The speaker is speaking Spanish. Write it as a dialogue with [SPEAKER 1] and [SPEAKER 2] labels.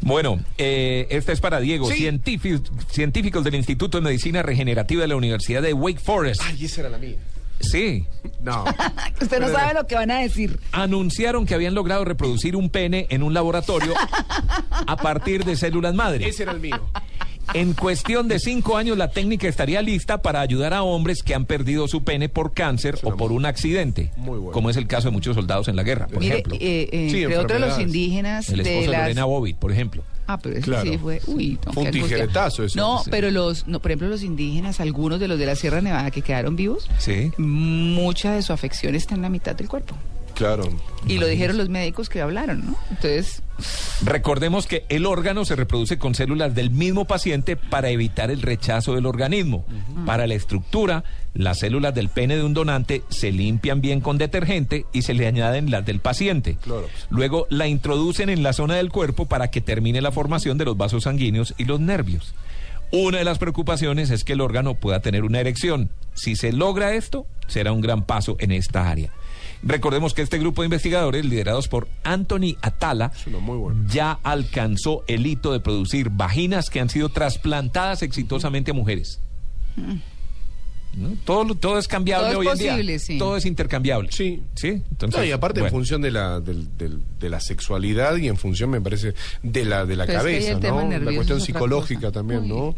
[SPEAKER 1] Bueno, eh, esta es para Diego.
[SPEAKER 2] Sí.
[SPEAKER 1] Científicos, científicos del Instituto de Medicina Regenerativa de la Universidad de Wake Forest.
[SPEAKER 2] Ay, esa era la mía.
[SPEAKER 1] Sí.
[SPEAKER 2] No.
[SPEAKER 3] Usted no sabe lo que van a decir.
[SPEAKER 1] Anunciaron que habían logrado reproducir un pene en un laboratorio a partir de células madre.
[SPEAKER 2] Ese era el mío.
[SPEAKER 1] En cuestión de cinco años, la técnica estaría lista para ayudar a hombres que han perdido su pene por cáncer o por un accidente,
[SPEAKER 2] muy bueno.
[SPEAKER 1] como es el caso de muchos soldados en la guerra, por
[SPEAKER 3] Mire,
[SPEAKER 1] ejemplo.
[SPEAKER 3] eh, eh,
[SPEAKER 2] Sí,
[SPEAKER 3] entre otros los
[SPEAKER 2] enfermedades.
[SPEAKER 3] indígenas
[SPEAKER 1] el esposo
[SPEAKER 3] de
[SPEAKER 1] de
[SPEAKER 3] las...
[SPEAKER 1] Lorena Bobbitt, por ejemplo.
[SPEAKER 3] Ah, pero ese
[SPEAKER 2] Claro.
[SPEAKER 3] sí fue. Uy, no,
[SPEAKER 2] Fue un
[SPEAKER 3] qué angustia.
[SPEAKER 2] tijeretazo ese.
[SPEAKER 3] No,
[SPEAKER 2] Sí.
[SPEAKER 3] pero los, no, por ejemplo, los indígenas, algunos de los de la Sierra Nevada que quedaron vivos,
[SPEAKER 1] Sí.
[SPEAKER 3] mucha de su afección está en la mitad del cuerpo.
[SPEAKER 2] Claro.
[SPEAKER 3] Y lo dijeron los médicos que hablaron, ¿no? Entonces,
[SPEAKER 1] Recordemos que el órgano se reproduce con células del mismo paciente para evitar el rechazo del organismo. Para la estructura, las células del pene de un donante se limpian bien con detergente y se le añaden las del paciente.
[SPEAKER 2] Claro.
[SPEAKER 1] Luego la introducen en la zona del cuerpo para que termine la formación de los vasos sanguíneos y los nervios. Una de las preocupaciones es que el órgano pueda tener una erección. Si se logra esto, será un gran paso en esta área. Recordemos que este grupo de investigadores, liderados por Anthony Atala,
[SPEAKER 2] Suena muy bueno.
[SPEAKER 1] ya alcanzó el hito de producir vaginas que han sido trasplantadas exitosamente a mujeres. ¿No? Todo, lo- todo es cambiable
[SPEAKER 3] Mm. Todo es
[SPEAKER 1] hoy en día.
[SPEAKER 3] posible, sí.
[SPEAKER 1] Todo es intercambiable.
[SPEAKER 2] Sí.
[SPEAKER 1] Sí. Entonces,
[SPEAKER 2] No, y aparte en
[SPEAKER 1] bueno.
[SPEAKER 2] función de la, del- del- de la sexualidad y en función, me parece, de la, de la
[SPEAKER 3] Pero es que ahí
[SPEAKER 2] cabeza,
[SPEAKER 3] el tema
[SPEAKER 2] ¿no? La
[SPEAKER 3] nervioso
[SPEAKER 2] cuestión
[SPEAKER 3] es otra
[SPEAKER 2] psicológica
[SPEAKER 3] cosa.
[SPEAKER 2] también,
[SPEAKER 3] Uy.
[SPEAKER 2] ¿no?